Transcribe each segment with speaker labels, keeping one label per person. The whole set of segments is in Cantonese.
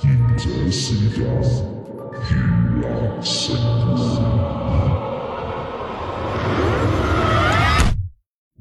Speaker 1: 听者思家，欲来生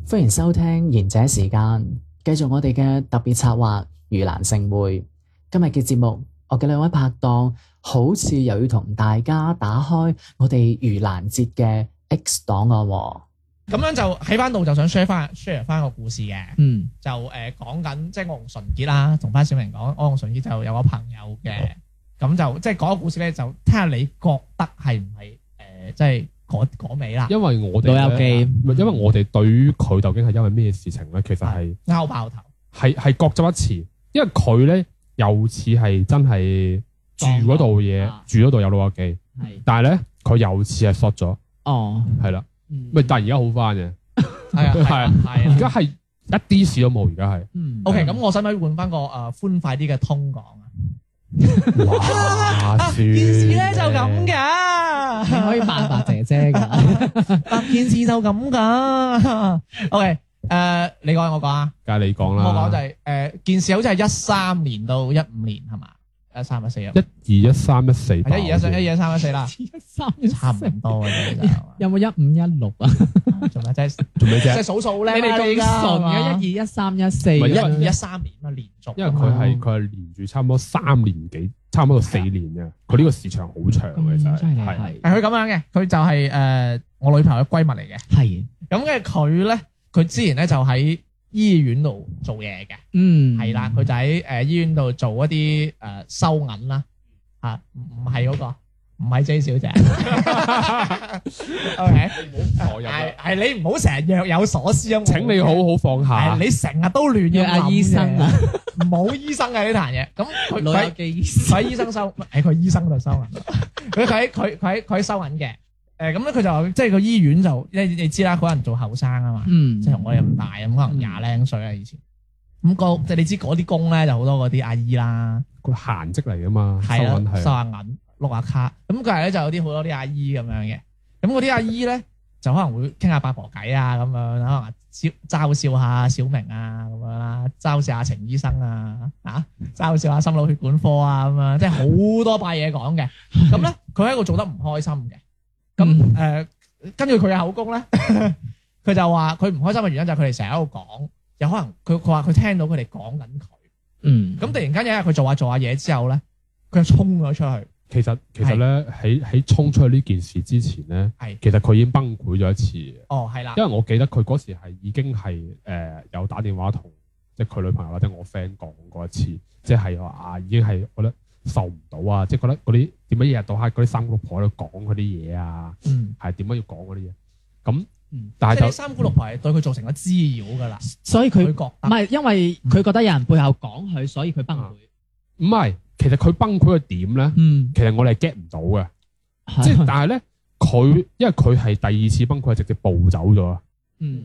Speaker 2: 歡迎收聽賢者時間，繼續我哋嘅特別策劃盂蘭盛會。今日嘅節目，我嘅兩位拍檔好似又要同大家打開我哋盂蘭節嘅 X 檔案喎。
Speaker 3: 咁樣就喺翻度就想 share 翻 share 翻個故事嘅，
Speaker 2: 嗯
Speaker 3: 就誒講緊即係我同純潔啦，同翻小明講，我同純潔就有個朋友嘅，咁就即係講個故事咧，就聽下你覺得係唔係誒即係嗰嗰尾啦，
Speaker 4: 因為我哋
Speaker 5: 老友記
Speaker 4: 咧唔係因為我哋對於佢究竟係因為咩事情咧，其實係
Speaker 3: 拗爆頭，
Speaker 4: 係係各執一詞，因為佢咧又似係真係住嗰度嘢
Speaker 5: 啊，
Speaker 4: 住嗰度有老友記，
Speaker 5: 係
Speaker 4: 但係咧佢又似係 short 咗，
Speaker 5: 哦，
Speaker 4: 係啦，
Speaker 5: 嗯
Speaker 4: 咪但係而家好翻嘅，
Speaker 3: 係啊係啊係
Speaker 4: 而
Speaker 3: 啊
Speaker 4: 家係一啲事都冇，而 家係
Speaker 5: 嗯
Speaker 3: ，OK，咁我使唔使換翻個誒寬快啲嘅通講啊？
Speaker 4: 哇，
Speaker 3: 件事咧
Speaker 4: 啊算
Speaker 3: 就咁㗎。
Speaker 5: 你可以扮白姐姐噶，
Speaker 3: 啊件事就咁噶。OK，誒、 你講我講啊，
Speaker 4: 梗係你講
Speaker 3: 我
Speaker 4: 啦，
Speaker 3: 講就係、誒、件事好似係一三年到一五年係嘛？一三一四一，
Speaker 4: 一二一三一四，
Speaker 3: 係一二一三一二一三一四啦，
Speaker 5: 一三
Speaker 3: 差唔多嘅啫，就
Speaker 5: 有冇一五一六啊？
Speaker 3: 做咩啫？
Speaker 4: 做咩
Speaker 3: 即
Speaker 4: 啫
Speaker 3: 係？數數
Speaker 5: 你
Speaker 3: 咧，
Speaker 5: 哋咁純
Speaker 3: 嘅
Speaker 5: 嘅，一二一三一四，
Speaker 4: 唔係
Speaker 3: 一
Speaker 4: 因
Speaker 3: 二
Speaker 4: 為
Speaker 3: 一三年啊，連續。
Speaker 4: 因為佢係佢係連住差唔多三年幾，差唔多四年嘅，佢呢個市場好長嘅，
Speaker 5: 咁
Speaker 4: 其實
Speaker 5: 犀利
Speaker 4: 係。
Speaker 5: 係
Speaker 3: 嗯係佢咁樣嘅，佢就係、誒、我女朋友嘅閨蜜嚟嘅。
Speaker 5: 係
Speaker 3: 咁嘅佢咧，佢之前咧就喺醫院度做嘢嘅。
Speaker 5: 嗯
Speaker 3: 係啦，佢就喺誒醫院度做一啲誒、呃收銀啦，啊唔唔係嗰個，唔係 J 小 姐 ，OK，
Speaker 4: 我入
Speaker 3: 係係你唔好成日若有所思啊！我
Speaker 4: 請你好好放下
Speaker 3: 係。你成日都亂
Speaker 5: 要
Speaker 3: 咁
Speaker 5: 阿
Speaker 3: 諗
Speaker 5: 醫生啊，
Speaker 3: 嘢，冇醫生嘅呢壇嘢，咁 佢
Speaker 5: 老
Speaker 3: 佢
Speaker 5: 友記醫生
Speaker 3: 佢喺醫生收，喺佢醫生度收銀， 佢佢喺佢佢喺佢喺收銀嘅，誒咁咧佢就話即係個醫院就你你知啦，嗰人做後生啊嘛。
Speaker 5: 嗯
Speaker 3: 即係我哋咁大咁，
Speaker 4: 嗯
Speaker 3: 可能廿零歲啊啦以前。咁個即係你知嗰啲工咧就好多嗰啲阿姨啦，
Speaker 4: 佢閒職嚟噶嘛，收
Speaker 3: 係啦
Speaker 4: 銀，
Speaker 3: 收
Speaker 4: 係。啊
Speaker 3: 下銀、碌下卡。咁佢係咧就有啲好多啲阿姨咁樣嘅。咁嗰啲阿姨咧就可能會傾下八婆偈啊咁樣，可能嘲嘲笑下小明啊咁樣啦，嘲笑下程醫生啊，啊嘲笑下心腦血管科啊咁樣，即係好多拜嘢講嘅。咁咧佢喺度做得唔開心嘅。咁誒、呃跟住佢嘅口供咧， 佢就話佢唔開心嘅原因就係佢哋成日喺度講，有可能佢佢話佢聽到佢哋講緊佢，
Speaker 5: 嗯
Speaker 3: 咁突然間有一日佢做下做下嘢之後咧，佢就衝咗出去，
Speaker 4: 其實其實咧喺喺衝出去呢件事之前咧，
Speaker 3: 係
Speaker 4: 其實佢已經崩潰咗一次嘅，
Speaker 3: 哦係啦，
Speaker 4: 因為我記得佢嗰時係已經係誒有打電話同即係佢女朋友或者我 friend 講過一次，即係話啊已經係覺得受唔到啊，即係覺得嗰啲點解日日到黑嗰啲三姑六婆喺度講嗰啲嘢啊，
Speaker 3: 嗯，
Speaker 4: 係點解要講嗰啲嘢？咁
Speaker 5: 嗯
Speaker 4: 但
Speaker 3: 即係
Speaker 4: 係
Speaker 3: 呢
Speaker 4: 就
Speaker 3: 三姑六婆係對佢造成咗滋擾㗎啦，
Speaker 5: 所以
Speaker 3: 佢
Speaker 5: 佢
Speaker 3: 覺
Speaker 5: 唔
Speaker 3: 得
Speaker 5: 係因為佢覺得有人背後講佢，所以佢崩潰。
Speaker 4: 唔係，其實佢崩潰嘅點咧，
Speaker 5: 嗯，
Speaker 4: 其實我哋係 get 唔到嘅。即係但係咧，佢因為佢係第二次崩潰，係直接暴走咗啊。
Speaker 5: 嗯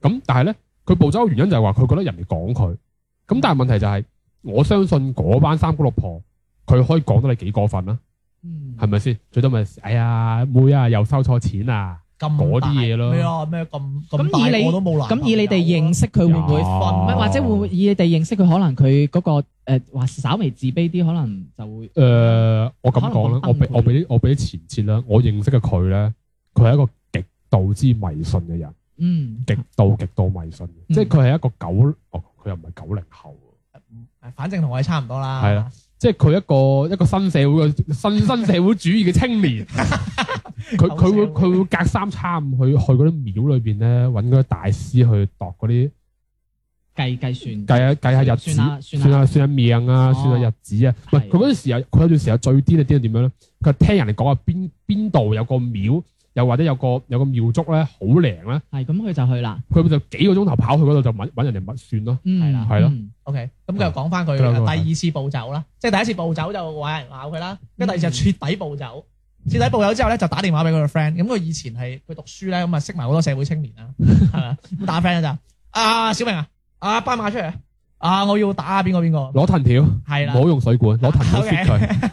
Speaker 4: 咁但係咧，佢暴走嘅原因就係話佢覺得人哋講佢。咁
Speaker 5: 嗯
Speaker 4: 但係問題就係、我相信嗰班三姑六婆，佢可以講得你幾過分啦，
Speaker 5: 嗯
Speaker 4: 係咪先？最多咪、哎呀妹啊，又收錯錢啊，
Speaker 3: 咁
Speaker 4: 嗰啲
Speaker 3: 大
Speaker 4: 嘢咯
Speaker 3: 咩啊咩咁咁
Speaker 5: 咁以
Speaker 3: 大
Speaker 5: 你
Speaker 3: 我都冇男
Speaker 5: 咁以你哋認
Speaker 3: 認
Speaker 5: 識佢會唔會
Speaker 4: 有
Speaker 5: 分？唔係或者會唔會以你哋認識佢，可能佢嗰個誒話稍微自卑啲，可能就會
Speaker 4: 誒、呃我咁講啦，我
Speaker 5: 可能
Speaker 4: 俾
Speaker 5: 崩潰
Speaker 4: 我俾我俾啲前設啦，我認識嘅佢咧，佢係一個極度之迷信嘅人，
Speaker 5: 嗯
Speaker 4: 極度極度迷信嘅，即係佢係一個九，哦佢又唔係九零後喎。
Speaker 3: 哎反正同我哋差唔多啦，
Speaker 4: 係啦，即係佢一個一個新社會嘅新新社會主義嘅青 年，佢佢會佢會隔三差五去去嗰啲廟裏邊咧，揾嗰啲大師去度嗰啲
Speaker 5: 計計算
Speaker 4: 計下計下日子，
Speaker 5: 算下算下
Speaker 4: 算下算下命啊，
Speaker 5: 哦
Speaker 4: 算下日子啊。唔係
Speaker 5: 係
Speaker 4: 佢嗰陣時候，佢有段時候最癲嘅癲係點樣咧？佢係聽人哋講話邊邊度有個廟，又或者有個有個廟祝咧好靈咧，
Speaker 5: 係咁，佢就去啦。
Speaker 4: 佢就幾個鐘頭跑去嗰度就揾揾人哋物算咯。
Speaker 5: 嗯
Speaker 3: 係啦
Speaker 4: 係咯
Speaker 5: 嗯
Speaker 3: OK，咁
Speaker 4: 啊
Speaker 3: 佢又講翻佢啊
Speaker 4: 佢兩個
Speaker 3: 第二次暴走啦，即係第一次暴走就話有人鬧佢啦，跟住第二次就徹底暴走，徹底暴走之後咧就打電話俾佢個 friend，咁佢 以前係佢讀書咧咁啊識埋好多社會青年啦，係咪？咁打 friend 咧就啊小明啊，啊斑馬出嚟啊！我要打邊個邊個，
Speaker 4: 攞藤條，
Speaker 3: 係
Speaker 4: 唔
Speaker 3: 啦
Speaker 4: 好用水管，攞藤條
Speaker 3: OK
Speaker 4: 切佢，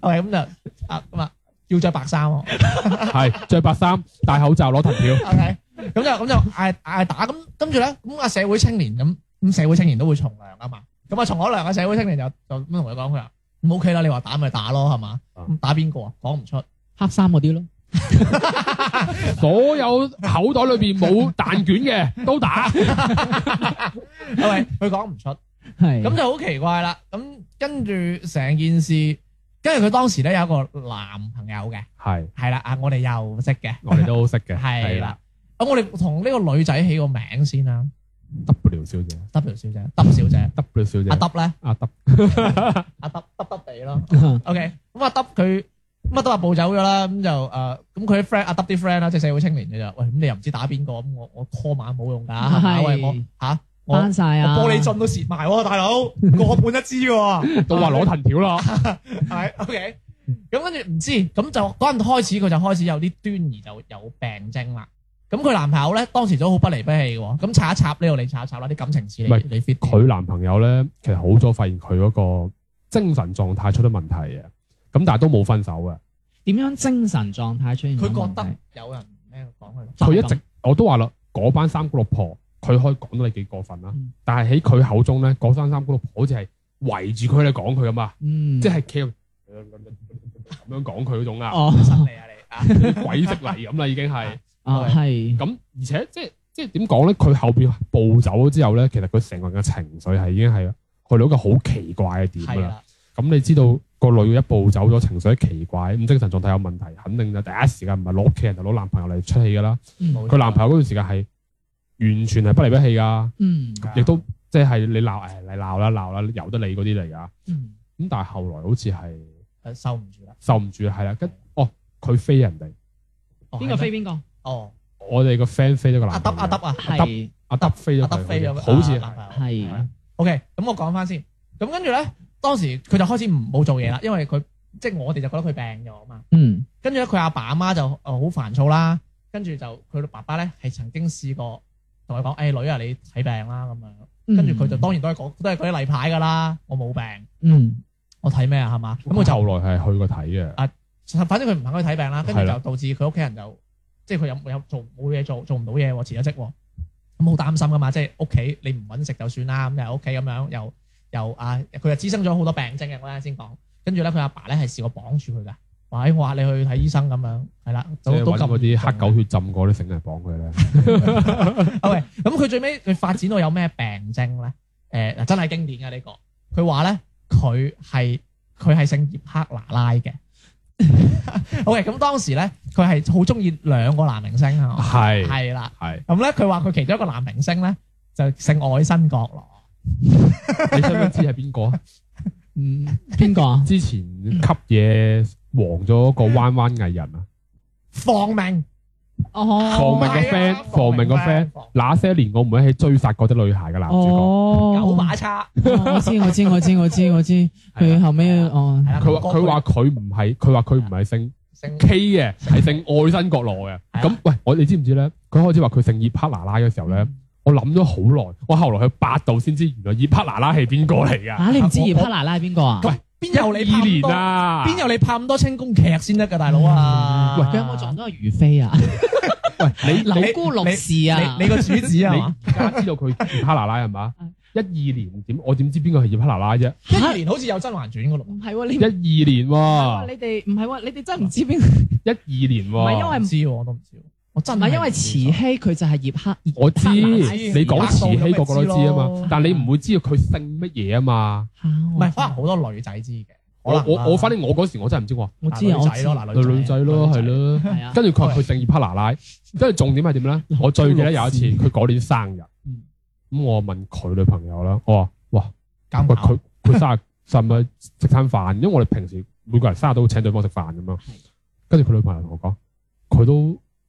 Speaker 3: 係咁就啊咁啊，要着白衫啊喎。
Speaker 4: 係着白衫，戴口罩，攞藤 條，
Speaker 3: OK，咁就咁就嗌嗌打咁，跟住咧咁啊社會青年咁咁社會青年都會從良啊嘛，咁啊從咗良嘅社會青年就就咁同佢講佢話唔 OK 啦，你話打咪打咯係嘛，
Speaker 4: 啊
Speaker 3: 咁打邊個啊講唔出，
Speaker 5: 黑衫嗰啲咯，
Speaker 4: 所有口袋裏边冇蛋卷嘅都打，
Speaker 3: 係咪佢講唔出？
Speaker 5: 係
Speaker 3: 咁就好奇怪啦。咁跟住成件事，跟住佢當時咧有一個男朋友嘅，
Speaker 4: 係
Speaker 3: 係啦啊，我哋又識嘅，
Speaker 4: 我哋都好識嘅，
Speaker 3: 係
Speaker 4: 係
Speaker 3: 啦。咁我哋同呢個女仔起個名先啦
Speaker 4: ，W 小姐
Speaker 3: ，W 小姐，W 小姐，
Speaker 4: ，W 小姐
Speaker 3: 阿，W 咧，
Speaker 4: 阿 W
Speaker 3: 阿 W 耷耷地咯。OK，咁 阿 W 佢乜都話暴走咗啦，咁就誒，呃咁佢啲 friend 阿 W 啲 friend 啦，即係社會青年嘅就，喂，咁你又唔知打邊個，咁我我 call 碼 冇用㗎，係咪啊
Speaker 5: 係
Speaker 3: 喂我嚇我
Speaker 5: 翻晒啊！
Speaker 3: 我玻璃樽都蝕埋喎，大佬個半一支喎。
Speaker 4: 都話攞藤條 啦，
Speaker 3: 系，OK。咁跟住唔知，咁就嗰陣開始佢就開始有啲端倪，就有病徵啦。咁佢男朋友咧當時都好不離不棄嘅喎。咁插一插呢度，你插一插啦，啲感情事你
Speaker 4: 唔係
Speaker 3: 你 fit 啲
Speaker 4: 佢男朋友咧，其實好早發現佢嗰個精神狀態出咗問題嘅，咁但係都冇分手嘅。
Speaker 5: 點樣精神狀態出現？
Speaker 3: 佢覺
Speaker 4: 嗯
Speaker 3: 得有人咧講佢
Speaker 5: 就係咁
Speaker 4: 佢一直我都話啦，嗰班三姑六婆，佢可以講到你幾過分啦。
Speaker 5: 嗯
Speaker 4: 但係喺佢口中咧，嗰班三姑六婆好似係圍住佢嚟講佢咁啊，
Speaker 5: 嗯，
Speaker 4: 即係企咁咁樣講佢嗰種啊，
Speaker 5: 哦
Speaker 3: 神你啊你啊，
Speaker 4: 鬼食泥咁啦已經係。
Speaker 5: 啊係
Speaker 4: 咁而且即係即係點講咧？佢後邊啊暴走咗之後咧，其實佢成個人嘅情緒係已經係去到一個好奇怪嘅點啊㗎
Speaker 3: 係
Speaker 4: 啦。
Speaker 3: 啦，
Speaker 4: 咁你知道個女一步走咗，情緒奇怪，咁精神狀態有問題，肯定就第一時間唔係攞屋企人就攞男朋友嚟出氣噶啦。
Speaker 5: 嗯
Speaker 4: 佢男朋友嗰段時間係完全係不離不棄噶，
Speaker 5: 嗯
Speaker 3: 啊
Speaker 4: 亦都即係你鬧誒，你鬧啦鬧啦，由得你嗰啲嚟噶。
Speaker 5: 嗯
Speaker 4: 咁但係後來好似係
Speaker 3: 友啊受唔住啦。
Speaker 4: 受唔住，係啦，跟哦佢飛人哋，
Speaker 3: 哦
Speaker 5: 邊個？
Speaker 3: 係
Speaker 5: 飛
Speaker 3: 咩
Speaker 5: 邊個？
Speaker 3: 哦，
Speaker 4: 我哋個 friend 飛咗個
Speaker 3: 阿
Speaker 4: 男
Speaker 3: 德
Speaker 4: 朋友，
Speaker 3: 阿德啊，
Speaker 5: 係
Speaker 4: 阿德飛咗
Speaker 3: 阿德飛
Speaker 4: 佢，
Speaker 3: 咗，
Speaker 4: 好似
Speaker 3: 啊
Speaker 4: 係
Speaker 3: 男朋友係
Speaker 5: 係
Speaker 3: OK，咁我講翻先。咁跟住咧，當時佢就開始唔冇做嘢啦，因為佢即係我哋就覺得佢病咗啊嘛。
Speaker 5: 嗯
Speaker 3: 跟住咧，佢阿爸阿媽就誒好煩躁啦。跟住就佢爸爸咧係曾經試過同佢講：誒、女啊，你睇病啦咁樣。
Speaker 5: 嗯
Speaker 3: 跟住佢就當然都係講都係嗰啲例牌㗎啦，我冇病，
Speaker 5: 嗯
Speaker 3: 我睇咩啊係嘛？咁
Speaker 4: 咁佢
Speaker 3: 佢就
Speaker 4: 後來係去過睇嘅，
Speaker 3: 反正佢唔肯去睇病啦，跟住
Speaker 4: 係啦
Speaker 3: 就導致佢屋企人就即係佢有有做冇嘢做，做唔到嘢喎，辭咗職喎。咁好擔心㗎嘛，即係屋企你唔揾食就算啦，咁又喺屋企咁樣又又啊，佢又滋生咗好多病徵嘅，我啱先講。跟住咧，佢阿爸咧係試過綁住佢㗎，話哎我話你去睇醫生咁樣，係啦，
Speaker 4: 即
Speaker 3: 都
Speaker 4: 係
Speaker 3: 都
Speaker 4: 揾
Speaker 3: 咁
Speaker 4: 嗰啲
Speaker 3: 嚴重
Speaker 4: 黑
Speaker 3: 嘅
Speaker 4: 狗血浸過啲繩嚟綁佢咧。
Speaker 3: 啊喂，咁佢最尾佢發展到有咩病徵咧？誒、嗱，真係經典嘅呢、個。佢話咧，佢係佢係姓葉克拿拉嘅。OK，咁當時咧，佢係好中意兩個男明星啊，
Speaker 4: 係
Speaker 3: 係啦。
Speaker 4: 係，
Speaker 3: 咁咧，佢話佢其中一個男明星咧就姓愛新覺羅。
Speaker 4: 你想唔想知係邊個啊？
Speaker 5: 嗯邊個啊？
Speaker 4: 之前吸嘢黃咗個彎彎藝人啊，
Speaker 3: 放命，
Speaker 4: 放
Speaker 5: 哦
Speaker 4: 明個
Speaker 3: 係啊
Speaker 4: friend，
Speaker 3: 放
Speaker 4: 放明個 friend，
Speaker 3: 放
Speaker 4: 那些年我們一起追殺過的女孩嘅男主角，
Speaker 5: 哦，
Speaker 3: 九把叉，
Speaker 5: 哦我知我知我知我知我知，佢後尾哦
Speaker 3: 係啦。
Speaker 4: 佢話佢話佢唔係佢話佢唔係姓 K 嘅，係姓愛新覺羅嘅。
Speaker 3: 啊係啊嗯
Speaker 4: 咁喂，我你知唔知咧？佢開始話佢姓葉克拿拉嘅時候咧，我諗咗好耐，我後來去百度先知，原來葉克拿拉係邊個嚟㗎？
Speaker 5: 啊！你唔知葉克娜拉係邊個啊？
Speaker 3: 喂邊有你拍
Speaker 4: 二
Speaker 3: 咁
Speaker 4: 年
Speaker 3: 多？
Speaker 4: 啊，
Speaker 3: 邊有你拍咁多清宮劇先得㗎，大佬啊！
Speaker 5: 佢有冇撞到阿如妃啊？
Speaker 4: 喂你
Speaker 5: 柳姑六氏啊？
Speaker 3: 你你個主子係嘛？
Speaker 4: 你而家知道佢葉克拿拉係嘛
Speaker 5: 嗯？
Speaker 4: 一二年點我點知邊個係葉克拿拉啫？
Speaker 3: 一二年好似有《甄嬛傳》嗰度。
Speaker 5: 唔係喎，你
Speaker 4: 一二年喎，
Speaker 5: 你哋唔係喎，你哋真係唔知邊
Speaker 4: 一二年
Speaker 5: 啊唔係因
Speaker 4: 喎
Speaker 5: 為。
Speaker 3: 唔知喎，我都唔知喎。我真
Speaker 5: 唔係因為慈
Speaker 3: 遲，
Speaker 5: 禧佢就係葉克，
Speaker 4: 我知，你講慈禧個個都知啊
Speaker 3: 百度咁咪知
Speaker 4: 嘛
Speaker 3: 咯，
Speaker 4: 但你唔會知道佢姓乜嘢啊嘛。
Speaker 3: 唔
Speaker 5: 唔
Speaker 3: 係可能好多女仔知嘅。
Speaker 4: 我
Speaker 3: 可能啦
Speaker 4: 我我反正我嗰時我真係唔知喎，
Speaker 5: 我知啊，
Speaker 3: 嗱
Speaker 5: 我
Speaker 3: 女仔
Speaker 5: 知
Speaker 3: 咯，嗱
Speaker 4: 女女仔咯，係。咯。
Speaker 5: 係啊，
Speaker 4: 跟住佢話佢姓葉克拿拉，跟住重點係點咧？我最記得有一次佢嗰年生日，
Speaker 5: 嗯
Speaker 4: 咁我問佢女朋友啦，我話：哇，
Speaker 3: 尷
Speaker 4: 喂
Speaker 3: 尬
Speaker 4: 佢佢生日使唔使食餐飯？因為我哋平時每個人生日都會請對方食飯咁嘛。跟住佢女朋友同我講，佢都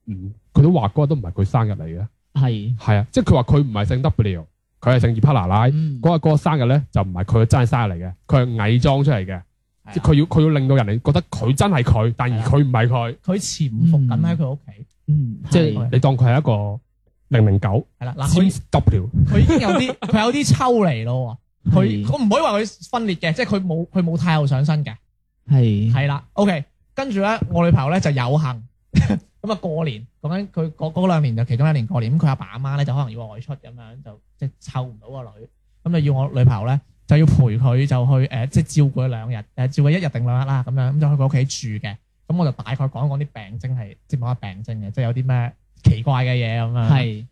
Speaker 4: 唔佢都話嗰日都唔係佢生日嚟嘅，
Speaker 5: 係
Speaker 4: 係啊，即係佢話佢唔係姓 W，佢係姓葉克拿拉。
Speaker 5: 嗯
Speaker 4: 嗰日嗰個生日咧就唔係佢真係生日嚟嘅，佢係偽裝出嚟嘅，
Speaker 3: 啊
Speaker 4: 即係佢要佢要令到人哋覺得佢真係佢，但而佢唔係佢，
Speaker 5: Ừ.
Speaker 3: 佢潛伏緊喺佢屋企，
Speaker 5: 嗯，
Speaker 4: 即
Speaker 5: 係
Speaker 4: 係你當佢係一個零零九
Speaker 3: 係啦，嗱佢
Speaker 4: James W
Speaker 3: 佢已經有啲佢有啲抽離咯喎，佢
Speaker 5: 係
Speaker 3: 我唔可以話佢分裂嘅，即係佢冇佢冇太後上身嘅，
Speaker 5: 係
Speaker 3: 係啦，OK，跟住咧我女朋友咧就有幸 咁啊過年咁樣佢嗰嗰兩年就其中一年過年，咁佢阿爸阿媽咧就可能要外出咁樣就即係湊唔到個女，咁就要我女朋友咧就要陪佢就去誒、呃即係照顧佢兩日誒、呃照顧一日定兩日啦咁樣，咁就去佢屋企住嘅，咁我就大概講一講啲病徵係即係冇乜病徵嘅，即係有啲咩奇怪嘅嘢咁樣。
Speaker 5: 係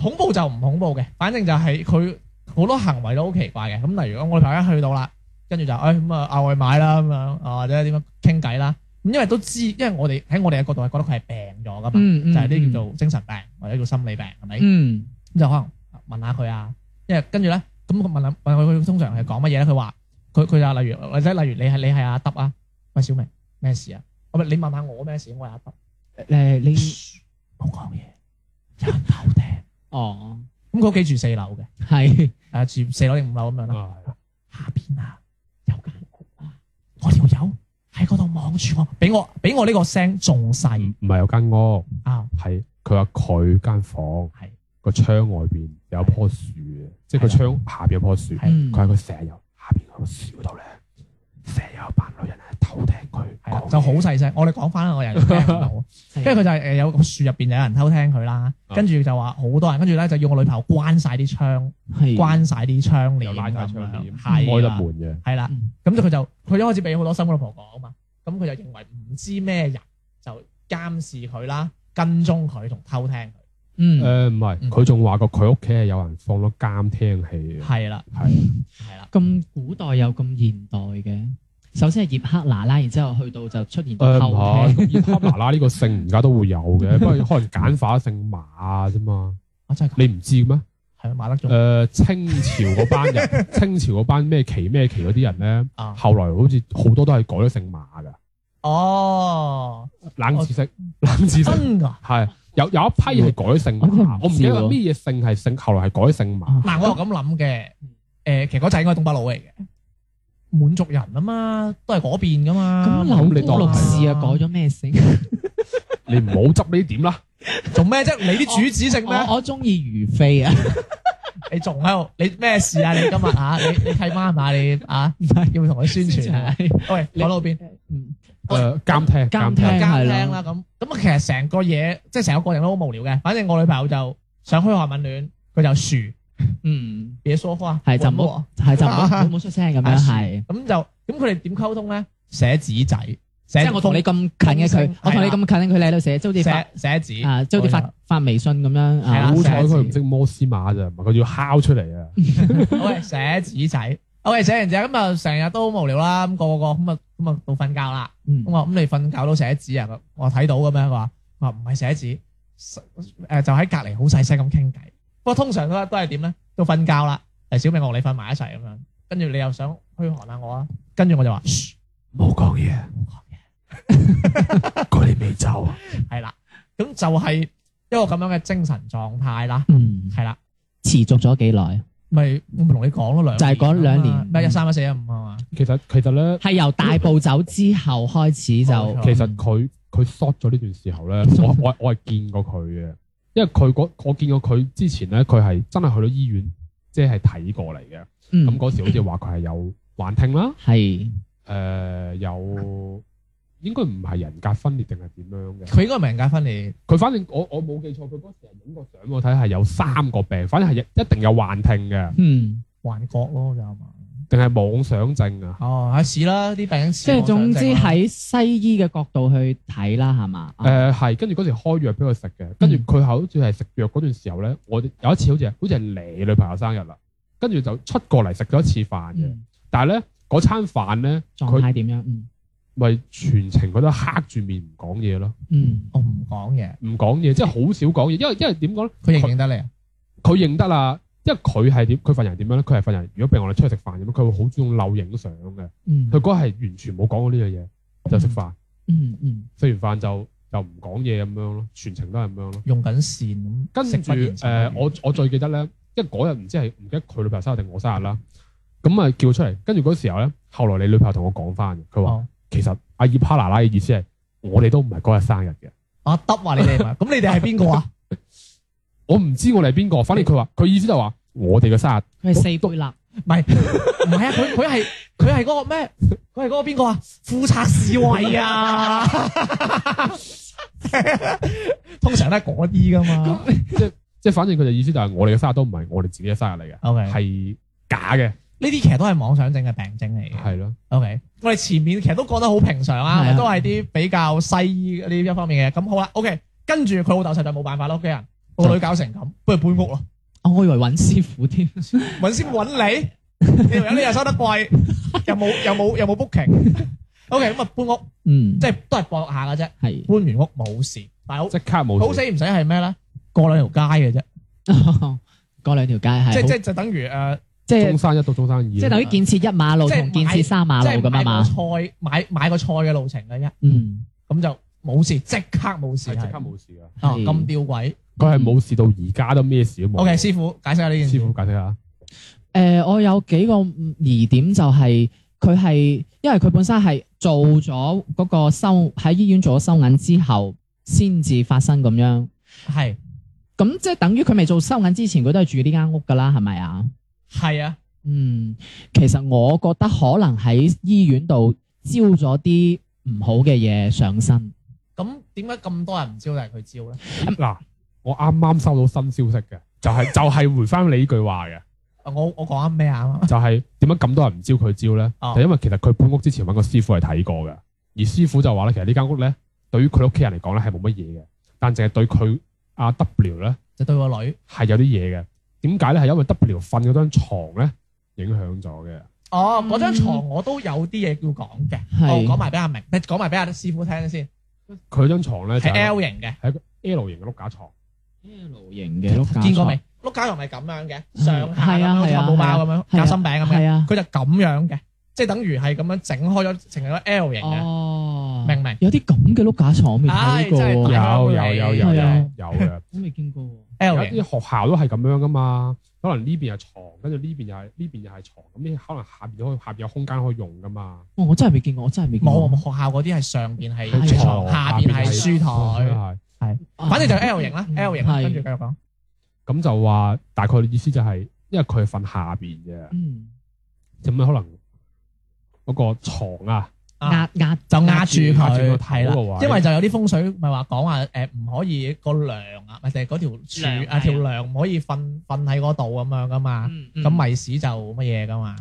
Speaker 3: 恐怖就唔恐怖嘅，反正就係佢好多行為都好奇怪嘅。咁例如我女朋友一去到啦，跟住就誒咁啊嗌外賣啦咁樣，啊或者點樣傾偈啦。咁因為都知，因為我哋喺我哋嘅角度係覺得佢係病咗噶嘛，
Speaker 5: 嗯嗯
Speaker 3: 就係啲叫做精神病或者叫心理病係咪？咁、
Speaker 5: 嗯
Speaker 3: 就可能問下佢啊，因為跟住咧，咁我問下問佢佢通常係講乜嘢咧？佢話佢佢就例如或者例如你係你係阿德啊，喂小明咩事啊？我咪你問下我咩事，我係阿德，
Speaker 5: 誒呃你
Speaker 3: 冇講嘢，有人偷聽。
Speaker 5: 哦
Speaker 3: 咁佢屋企住四樓嘅。
Speaker 5: 係
Speaker 3: 誒、啊住四樓定五樓咁樣啦。
Speaker 4: 啊，
Speaker 3: 下邊啊有間屋啊，我條友喺嗰度望住我，俾我俾我呢個聲仲細
Speaker 4: 唔唔係有間屋，
Speaker 3: 啊，
Speaker 4: 係佢話佢間房
Speaker 3: 係
Speaker 4: 個窗外邊有棵樹嘅，即係個
Speaker 3: 係啦
Speaker 4: 窗下邊有棵樹，
Speaker 3: 係
Speaker 4: 佢話佢成日由下邊個樹嗰度咧，成日有班女人喺偷聽佢
Speaker 3: 係啦
Speaker 4: 講，
Speaker 3: 就好
Speaker 4: 嘢嗯
Speaker 3: 細聲。我哋講翻啦，我人聽唔到。
Speaker 5: 跟
Speaker 3: 跟住佢就係誒有個樹入邊有人偷聽佢啦，
Speaker 4: 啊
Speaker 3: 跟住就話好多人，跟住咧就要我女朋友關晒啲窗，
Speaker 5: 係
Speaker 3: 關晒啲窗簾
Speaker 4: 嗯又
Speaker 3: 咁
Speaker 4: 拉晒
Speaker 3: 樣，
Speaker 4: 窗簾，
Speaker 3: 係啊
Speaker 4: 開得
Speaker 3: 啦，
Speaker 4: 門嘅。
Speaker 3: 係啦。
Speaker 5: 嗯
Speaker 3: 咁就佢就佢一開始俾好多新老婆講啊嘛，咁佢就認為唔知咩人就監視佢啦、跟蹤佢同偷聽佢，
Speaker 5: 嗯
Speaker 4: 誒唔係，
Speaker 3: 嗯
Speaker 4: 佢仲話過佢屋企係有人放咗監聽器嘅，
Speaker 3: 係啦，
Speaker 4: 係
Speaker 3: 係啦。
Speaker 5: 咁古代有咁現代嘅，首先係葉赫那啦，然之後去到就出現
Speaker 4: 誒
Speaker 5: 咗
Speaker 4: 呃唔
Speaker 5: 後
Speaker 4: 係
Speaker 5: 聽，
Speaker 4: 咁以他麻啦呢個姓而家都會有嘅，不過可能簡化姓馬啊啫嘛，
Speaker 3: 我真係
Speaker 4: 你唔知咩？
Speaker 3: 係馬德
Speaker 4: 誒、
Speaker 3: 鐘
Speaker 4: 呃清朝嗰班人， 清朝嗰班咩旗咩旗嗰啲人咧，
Speaker 5: 呃
Speaker 3: 啊！
Speaker 4: 後來好似好多都係改咗姓馬㗎，
Speaker 3: 哦，
Speaker 4: 冷知識，冷知識
Speaker 3: 真噶
Speaker 4: 係有有一批係改咗姓
Speaker 5: 我真係
Speaker 4: 馬
Speaker 5: 唔，
Speaker 4: 我哦唔記哦得
Speaker 5: 知喎
Speaker 4: 咩嘢姓係姓，後來係改咗姓馬，
Speaker 5: 啊
Speaker 3: 嗱，我又咁諗嘅。
Speaker 5: 嗯
Speaker 3: 誒，其實嗰仔應該係東北佬嚟嘅，滿族人啊嘛，都係嗰邊噶嘛。
Speaker 5: 咁
Speaker 4: 咁你
Speaker 5: 劉
Speaker 4: 當
Speaker 5: 公六
Speaker 4: 係
Speaker 5: 氏啊改咗咩姓？
Speaker 4: 你唔好執呢啲點啦，
Speaker 3: 做咩啫？你啲主子食咩？
Speaker 5: 我我中意如妃啊，
Speaker 3: 你仲喺度？你咩事啊？你今日嚇你你契媽係嘛？你 啊
Speaker 5: 唔係
Speaker 3: 要同佢宣 傳啊？喂，
Speaker 5: 你
Speaker 3: 講到邊？
Speaker 5: 嗯
Speaker 4: 誒、哦呃監聽
Speaker 5: 監聽
Speaker 4: 聽。
Speaker 5: 係
Speaker 3: 監
Speaker 5: 咯
Speaker 3: 聽啦咁咁，啊其實成個嘢即係成個過程都好無聊嘅。反正我女朋友就想噓寒問暖，佢就樹
Speaker 5: 嗯
Speaker 3: 別說話，
Speaker 5: 係就
Speaker 3: 我
Speaker 5: 唔好係就唔好唔好出聲咁樣係，
Speaker 3: 咁就咁佢哋點溝通咧？寫紙仔，即
Speaker 5: 即係我同你咁近嘅佢，我同你咁近嘅佢你喺度寫，即係好似發
Speaker 3: 寫寫紙
Speaker 5: 啊，即係好似發發微信咁樣
Speaker 3: 係啦
Speaker 5: 啊
Speaker 4: 好，彩佢唔
Speaker 5: 寫字
Speaker 4: 識摩斯碼咋，唔係佢要敲出嚟啊！
Speaker 3: 喂寫紙仔，OK 寫完之後咁啊成日都好無聊啦，咁個個咁啊咁啊到瞓覺啦，
Speaker 5: 嗯
Speaker 3: 咁我話咁你瞓覺都寫紙啊？佢我睇到嘅咩？佢話我話唔係寫紙，誒就喺隔離好細聲咁傾偈。不過通常都都係點咧？到瞓覺啦，誒小明我同你瞓埋一齊咁樣，跟住你又想噓寒下我啊，跟住我就話嗯噓
Speaker 4: 冇講 嘢，佢哋未走啊！
Speaker 3: 係啦，咁就係一個咁樣嘅精神狀態啦，
Speaker 5: 嗯
Speaker 3: 係啦。
Speaker 5: 持續咗幾耐？
Speaker 3: 咪我咪同你講咯，兩
Speaker 5: 就係
Speaker 3: 係
Speaker 5: 講兩年
Speaker 3: 咩一三一四一五啊嘛，
Speaker 4: 其實其實咧，
Speaker 5: 係由大步走之後開始
Speaker 3: 冇錯
Speaker 5: 就
Speaker 4: 哦其實佢佢 short 咗呢段時候咧，我我我係見過佢嘅，因為佢嗰我見過佢之前咧，佢係真係去到醫院，即係睇過嚟嘅。咁
Speaker 5: 嗯
Speaker 4: 嗰時好似話佢係有幻聽啦，
Speaker 5: 係
Speaker 4: 誒有應該唔係人格分裂定係點樣嘅。
Speaker 3: 佢應該唔係人格分裂，
Speaker 4: 佢反正我我冇記錯，佢嗰時係影個相我睇係有三個病，反正係一一定有幻聽嘅，
Speaker 5: 嗯，
Speaker 3: 幻覺咯就係嘛。
Speaker 4: 定係妄想症啊？
Speaker 3: 哦，係試啦，啲病人
Speaker 5: 即係總
Speaker 3: 啊
Speaker 5: 之喺西醫嘅角度去睇啦，係嘛？啊
Speaker 4: 誒呃係，跟住嗰時開藥俾佢食嘅，跟住佢好似係食藥嗰段時候咧，我哋有一次好似係好似係你女朋友生日啦，跟住就出過嚟食咗一次飯嘅，
Speaker 5: 嗯
Speaker 4: 但係咧嗰餐飯咧
Speaker 5: 狀
Speaker 4: 佢
Speaker 5: 態點樣？嗯
Speaker 4: 咪全程佢都黑住面唔講嘢咯，
Speaker 5: 嗯，
Speaker 3: 我哦唔講嘢，
Speaker 4: 唔講嘢，即係好少講嘢，因為因為點講咧？
Speaker 3: 佢認唔認得你啊？
Speaker 4: 佢認得啦，因為佢係點？佢份人點樣咧？佢係份人，如果俾我哋出去食飯咁樣，佢會好中意漏影相嘅，
Speaker 5: 嗯
Speaker 4: 佢嗰日係完全冇講過呢樣嘢，就食飯，
Speaker 5: 嗯嗯
Speaker 4: 食完飯就就唔講嘢咁樣咯，全程都係咁樣咯。
Speaker 3: 用緊線
Speaker 4: 跟
Speaker 3: 咁，
Speaker 4: 住
Speaker 3: 食不言
Speaker 4: 誒、
Speaker 3: 愁
Speaker 4: 我我最記得咧，因為嗰日唔知係唔記得佢女朋友生日定我生日啦，咁啊叫出嚟，跟住嗰時候咧，後來你女朋友同我講翻嘅，佢話、
Speaker 3: 哦
Speaker 4: 其實阿葉哈娜拉嘅意思係我哋都唔係嗰日生日嘅，
Speaker 3: 啊阿德話你哋係咪？咁你哋係邊個啊？
Speaker 4: 我唔知我哋係邊個，反正佢話佢意思就話我哋嘅生日
Speaker 5: 佢係四倍立，
Speaker 3: 唔係唔係啊，佢佢係佢係嗰個咩？佢係嗰個邊個啊？副策侍衛啊！ 通常都係嗰啲噶嘛。
Speaker 4: 即係反正佢就意思就係我哋嘅生日都唔係我哋自己嘅生日嚟嘅，
Speaker 3: O K，
Speaker 4: 係假嘅，
Speaker 3: 呢啲其實都係妄想症嘅病徵嚟嘅。
Speaker 4: 係咯。
Speaker 3: OK，我哋前面其實都講得好平常
Speaker 5: 係
Speaker 3: 啊，
Speaker 5: 啊
Speaker 3: 都係啲比較西醫呢一方面嘅嘢。咁好啦，OK，跟住佢老豆實在冇辦法咯，屋企人個女搞成咁，不如搬屋咯，
Speaker 5: 哦，我以為揾師傅添，
Speaker 3: 揾先揾你，你條友你又收得貴，又冇又冇又冇 booking。OK，咁啊搬屋，
Speaker 5: 嗯，
Speaker 3: 即係都係搏下嘅啫。
Speaker 5: 係
Speaker 3: 搬完屋冇事，但係好
Speaker 4: 即刻冇事
Speaker 3: 好死唔死係咩咧？過兩條街嘅啫，
Speaker 5: 嗰兩條街係
Speaker 3: 即
Speaker 5: 好
Speaker 3: 即就等於呃
Speaker 5: 即
Speaker 3: 誒，
Speaker 4: 中山一到中山二，
Speaker 5: 即係等於建設一馬路
Speaker 3: 即係
Speaker 5: 同建設三馬
Speaker 3: 即
Speaker 5: 路
Speaker 3: 係
Speaker 5: 咁
Speaker 3: 買
Speaker 5: 啊
Speaker 3: 個
Speaker 5: 嘛，
Speaker 3: 菜買買個菜嘅路程嘅啫，
Speaker 5: 嗯，
Speaker 3: 咁就冇事，即刻冇事
Speaker 4: 係
Speaker 3: 係，
Speaker 4: 即刻冇事噶。
Speaker 3: 啊
Speaker 5: 係
Speaker 3: 咁吊詭。
Speaker 4: 佢係冇事到而家都咩事都冇。
Speaker 3: O K，師傅解釋下呢件
Speaker 4: 師
Speaker 3: 事。
Speaker 4: 傅解釋下，
Speaker 5: 誒，呃我有幾個疑點就係佢係因為佢本身係做咗嗰個收喺醫院做咗收銀之後，先至發生咁樣。
Speaker 3: 係
Speaker 5: 咁即係等於佢未做收銀之前，佢都係住呢間屋㗎啦，係咪啊？
Speaker 3: 係啊，
Speaker 5: 嗯，其實我覺得可能喺醫院度招咗啲唔好嘅嘢上身。
Speaker 3: 咁點解咁多人唔招，但係佢招咧
Speaker 4: 嗱，我啱啱收到新消息嘅，就係 就係回翻你呢句話嘅，
Speaker 3: 啊我我講緊咩啊？
Speaker 4: 就係點解咁多人唔招佢招咧？
Speaker 3: 哦
Speaker 4: 就因為其實佢搬屋之前揾個師傅係睇過嘅，而師傅就話咧，其實呢間屋咧對於佢屋企人嚟講咧係冇乜嘢嘅，但淨係對佢阿 W 咧
Speaker 3: 就對個女
Speaker 4: 係有啲嘢嘅。點解咧？係因為 W 瞓嗰張床咧影響咗嘅。
Speaker 3: 哦，嗰張
Speaker 5: 嗯
Speaker 3: 床我都有啲嘢要講嘅，
Speaker 5: 係
Speaker 3: 我講埋俾阿明，你講埋俾阿師傅聽先。
Speaker 4: 佢張床咧就
Speaker 3: 係
Speaker 4: 係
Speaker 3: L 型嘅，
Speaker 4: 一個 L 型嘅碌架床。
Speaker 5: L 型嘅碌架
Speaker 3: 見過未？碌架床咪咁樣嘅，上
Speaker 5: 係
Speaker 3: 下咁樣
Speaker 5: 啊
Speaker 3: 好似
Speaker 5: 係啊
Speaker 3: 漢堡包咁樣，
Speaker 5: 係啊
Speaker 3: 夾心餅咁
Speaker 5: 係
Speaker 3: 樣，
Speaker 5: 啊，
Speaker 3: 佢就咁樣嘅，即係等於係咁樣整開咗，成咗 L 型嘅，
Speaker 5: 哦，
Speaker 3: 明唔明
Speaker 5: 有啲咁嘅碌架床我未
Speaker 3: 唉
Speaker 5: 睇過
Speaker 3: 真係
Speaker 5: 喎，
Speaker 3: 大
Speaker 4: 有有有有有
Speaker 5: 係啊
Speaker 4: 有嘅，
Speaker 5: 我未見過喎。
Speaker 4: 有
Speaker 3: ？L 型
Speaker 4: 啲學校都係咁樣噶嘛。可能呢邊係床，跟住呢邊又係呢邊又係床，咁呢可能下邊都可以下邊有空間可以用噶嘛。
Speaker 5: 哇哦我真係未見過，我真係未見過。
Speaker 3: 冇冇學校嗰啲係上邊係
Speaker 5: 係
Speaker 3: 床，下邊係書台，
Speaker 4: 係
Speaker 5: 啊
Speaker 3: 反正就 L 型啦
Speaker 5: 嗯
Speaker 3: ，L 型啦，
Speaker 5: 係
Speaker 3: 跟住繼續講。
Speaker 4: 咁就話大概意思就係，因為佢係瞓下邊嘅，
Speaker 5: 嗯
Speaker 4: 咁可能嗰個床啊，
Speaker 3: 啊
Speaker 5: 壓壓
Speaker 3: 就壓住
Speaker 4: 壓住個
Speaker 3: 佢，
Speaker 4: 頭
Speaker 3: 係
Speaker 4: 嗰個位
Speaker 3: 啦，因為就有啲風水咪話講話誒唔可以個梁啊，咪就係嗰條
Speaker 5: 梁
Speaker 3: 柱啊
Speaker 5: 係啊
Speaker 3: 條梁唔可以瞓瞓喺嗰度咁樣噶嘛，
Speaker 5: 嗯嗯
Speaker 3: 咁咪屎就乜嘢噶嘛，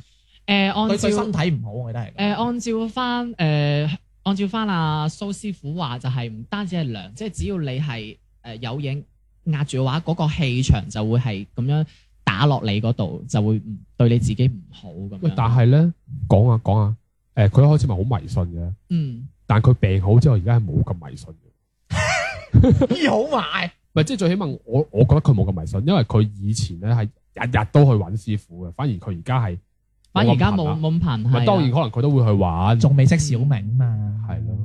Speaker 5: 誒按
Speaker 3: 對對
Speaker 5: 照
Speaker 3: 身體唔好，我覺得係。
Speaker 5: 誒 按照翻誒按照翻阿蘇師傅話就係唔單止係涼，即係只要你係誒有影壓住嘅話，嗰個氣場就會係咁樣打落你嗰度，就會唔對你自己唔好咁
Speaker 4: 喂
Speaker 5: 樣。
Speaker 4: 但係咧講啊講啊，誒佢一開始咪好迷信嘅，
Speaker 5: 嗯，
Speaker 4: 但佢病好之後而家係冇咁迷信嘅。
Speaker 3: 醫好埋，
Speaker 4: 唔係，即係最起碼我我覺得佢冇咁迷信，因為佢以前咧係日日都去揾師傅嘅，反而佢而家係
Speaker 5: 反而而家冇
Speaker 4: 咁頻啦。
Speaker 5: 冇咁頻
Speaker 4: 唔
Speaker 5: 係啊
Speaker 4: 係當然可能佢都會去玩，
Speaker 3: 仲未識小明嘛，
Speaker 4: 係咯。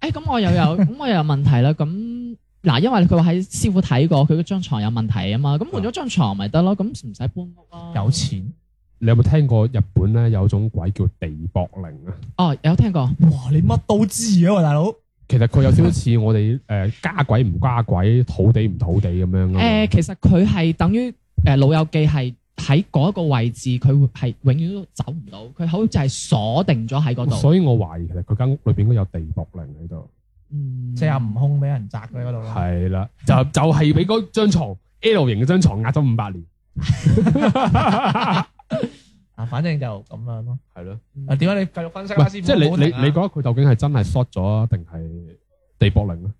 Speaker 5: 誒咁我 又有咁我又有問題啦。咁嗱，因為佢話喺師傅睇過佢嗰張床有問題啊嘛，咁換咗張床咪得咯，咁唔使搬屋咯。
Speaker 3: 有錢，
Speaker 4: 你有冇聽過日本咧有種鬼叫地縛靈啊？
Speaker 5: 哦，有聽過
Speaker 3: 哇！你乜都知嘅喎，大佬。
Speaker 4: 其實佢有少少似我哋誒、呃家鬼唔家鬼，土地唔土地咁樣
Speaker 5: 誒、
Speaker 4: 啊。
Speaker 5: 呃其實佢係等於誒、呃老友記係喺嗰一個位置，佢會係永遠都走唔到，佢好似係鎖定咗喺嗰度。
Speaker 4: 所以我懷疑其實佢間屋裏邊應該有地縛靈喺度。
Speaker 5: 嗯
Speaker 3: 即係阿悟空俾人砸咗喺嗰度啦。
Speaker 4: 係啦，就就係俾嗰張床 L 型嗰張床壓咗五百年。
Speaker 3: 啊，反正就咁樣咯。
Speaker 4: 係咯。
Speaker 5: 嗯
Speaker 3: 啊，點解你繼續分析啦，
Speaker 4: 喂，
Speaker 3: 師傅？
Speaker 4: 即係你
Speaker 3: 唔好
Speaker 4: 你
Speaker 3: 停啊
Speaker 4: 你覺得佢究竟係真係 short 咗啊定係地博靈咧？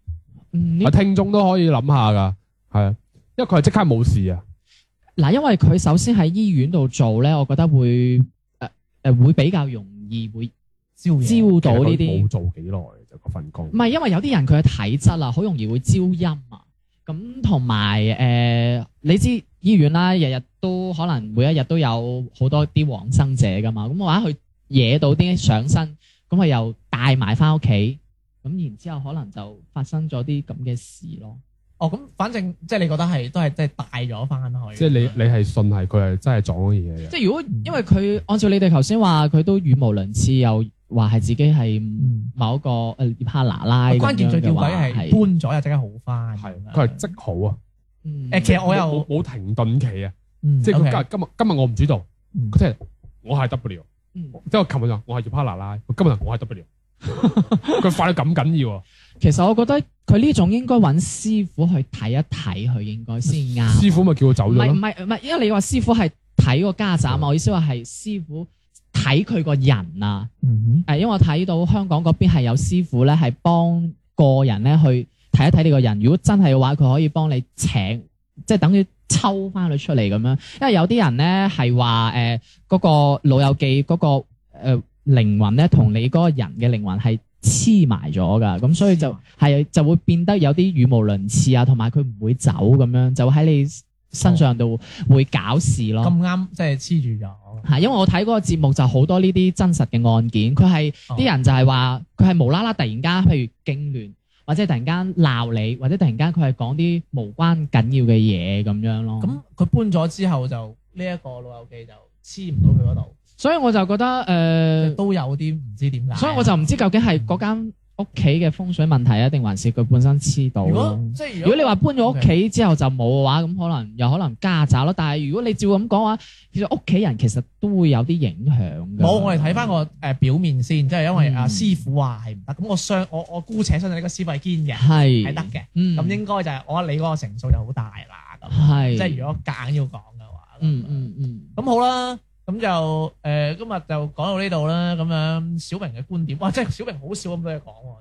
Speaker 5: 嗯呢
Speaker 4: 啊，聽眾都可以諗下㗎，係啊，因為佢係即刻冇事啊，
Speaker 5: 嗱，因為佢首先喺醫院度做咧，我覺得會誒誒、會比較容易會
Speaker 3: 招
Speaker 5: 招
Speaker 3: 嘢
Speaker 5: 到
Speaker 4: 其實佢
Speaker 5: 呢啲
Speaker 4: 冇，做幾耐就嗰份工。
Speaker 5: 唔係因為有啲人佢嘅體質啊，好容易會招陰啊。咁同埋誒，你知醫院啦，日日都可能每一日都有好多啲往生者噶嘛。咁我話佢惹到啲上身，咁佢又帶埋翻屋企，咁然之後可能就發生咗啲咁嘅事咯。
Speaker 3: 哦，咁反正即係你覺得係都係即係帶咗翻去。
Speaker 4: 即係你你係信係佢係真係撞咗嘢嘅。
Speaker 5: 即係如果
Speaker 3: 嗯
Speaker 5: 因為佢按照你哋頭先話，佢都語無倫次，又話係自己係
Speaker 3: 嗯
Speaker 5: 某一個呃誒涅哈拿拉咁樣嘅話，
Speaker 3: 關鍵最吊詭係
Speaker 5: 係
Speaker 3: 搬咗又即刻好翻。
Speaker 4: 係，佢係即好啊！
Speaker 5: 嗯
Speaker 3: 誒呃其實我又
Speaker 4: 冇冇停頓期啊！
Speaker 3: 嗯
Speaker 4: 即係
Speaker 3: OK
Speaker 4: 佢今日今日今日我唔主導，
Speaker 3: 嗯
Speaker 4: 佢即係我係 W，
Speaker 5: 嗯
Speaker 4: 即係我琴日就我係 partner 啦，佢今日就我係 W，佢快到咁緊要啊！
Speaker 5: 其實我覺得佢呢種應該揾師傅去睇一睇，佢應該先啱。
Speaker 4: 師傅咪叫佢走
Speaker 5: 唔
Speaker 4: 咗
Speaker 5: 係唔
Speaker 4: 咯，
Speaker 5: 係唔係，因為你話師傅係睇個家宅嘛，我意思話係師傅睇佢個人啊。
Speaker 3: 嗯
Speaker 5: 誒，因為我睇到香港嗰邊係有師傅咧，係幫個人咧去睇一睇你個人。如果真係嘅話，佢可以幫你請，即係等於抽翻佢出嚟咁樣。因為有啲人咧係話誒呃嗰個老友記嗰、個誒、呃、靈魂咧，同你嗰個人嘅靈魂係黐埋咗㗎，咁所以就係就會變得有啲語無倫次啊，同埋佢唔會走咁樣，就喺你身上度會搞事咯。
Speaker 3: 咁啱即係黐住咗，
Speaker 5: 係，因為我睇嗰個節目就好多呢啲真實嘅案件，佢係
Speaker 3: 哦
Speaker 5: 啲人就係話佢係無啦啦突然間，譬如痙攣，或者突然間鬧你，或者突然間佢係講啲無關緊要嘅嘢咁樣咯。咁
Speaker 3: 咁佢搬咗之後就呢一個老友記就黐唔到佢嗰度，
Speaker 5: 所以我就覺得誒，
Speaker 3: 即
Speaker 5: 呃
Speaker 3: 係都有啲唔知點解。
Speaker 5: 所以我就唔知究竟係嗰間屋企嘅風水問題啊，定還是佢本身黐到
Speaker 3: 如
Speaker 5: 咯
Speaker 3: 果。即係
Speaker 5: 如果你話搬咗屋企之後就冇嘅話，咁可能有可能家宅咯。但係如果你照咁講話，其實屋企人其實都會有啲影響㗎。
Speaker 3: 冇，我哋睇翻個誒表面先，即係因為阿
Speaker 5: 嗯
Speaker 3: 師傅話係唔得，咁我相我我姑且相信呢個師傅係堅嘅，
Speaker 5: 係
Speaker 3: 係得嘅。
Speaker 5: 嗯
Speaker 3: 咁應該就係我覺得你嗰個成數就好大啦，咁
Speaker 5: 係
Speaker 3: 即係如果夾硬要講嘅話，
Speaker 5: 嗯嗯嗯，
Speaker 3: 咁好啦，咁就誒、呃今日就講到呢度啦，咁樣小明嘅觀點，哇，真係小明好少咁多嘢講喎，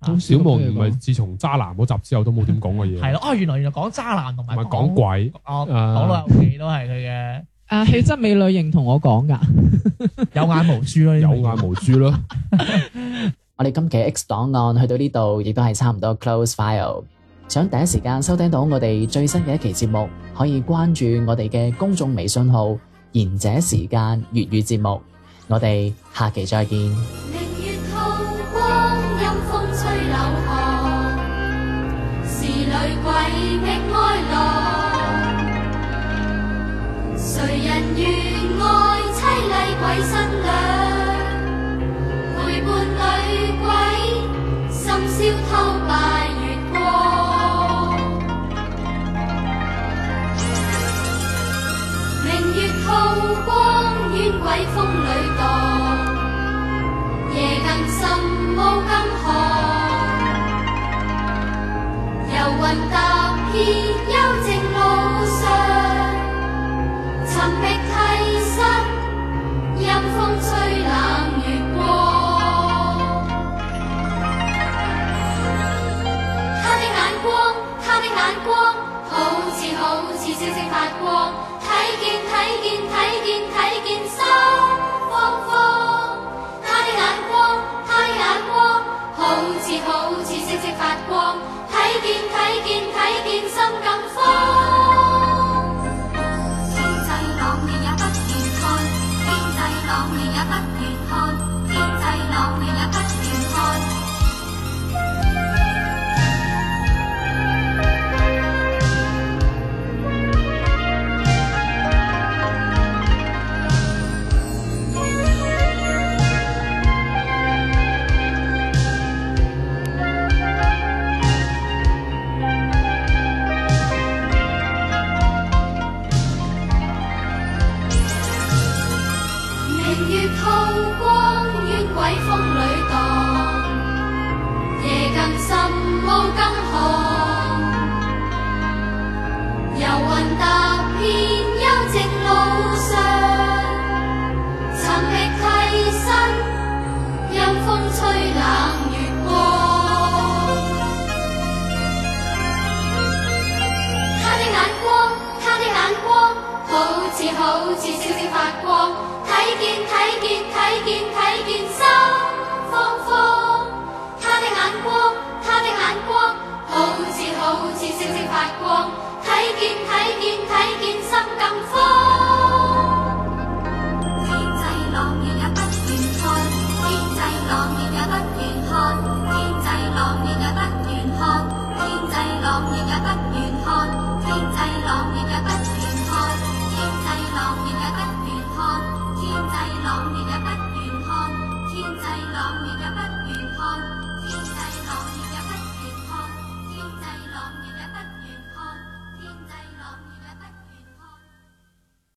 Speaker 5: 好
Speaker 4: 小夢唔係自從渣男嗰集之後都冇點講過
Speaker 3: 真
Speaker 4: 嘢，
Speaker 3: 係係咯，啊原來原來講渣男同
Speaker 4: 唔
Speaker 3: 埋
Speaker 4: 係講鬼，
Speaker 3: 哦
Speaker 4: 啊
Speaker 3: 講老友記都係佢嘅
Speaker 5: 啊氣質美女認同我講噶，
Speaker 3: 有眼無珠咯，
Speaker 4: 有眼無珠咯。
Speaker 2: 我哋今期 X 檔案去到呢度，亦都係差唔多 close file。想第一時間收聽到我哋最新嘅一期節目，可以關注我哋嘅公眾微信號「賢者時間粵語節目」。我哋下期再見。
Speaker 6: 明月透光，陰風吹柳巷，是女鬼覓哀郎。誰人願愛凄厲鬼新娘？陪伴女鬼，深宵偷拜月光。明月透光，冤鬼風裏蕩。夜更深，霧更寒。遊魂踏遍幽靜路上，尋覓替身，陰風吹冷月光。他的眼光，他的眼光，好似好似星星發光，睇見睇見睇見睇見心慌慌。他的眼光，他的眼光，好似好似星星發光，睇見睇見睇見心更慌。經濟朗你也不願看，經濟朗你也不願看，經濟朗你也不願看。明月透光，冤鬼風裏蕩，夜更深，霧更寒。遊魂踏遍幽靜路上，尋覓替身，陰風吹冷月光。他的眼光，他的眼光，好似好似星星發光，睇見睇見睇見睇見心慌慌。他的眼光，他的眼光，好似好似星星發光，睇見睇見睇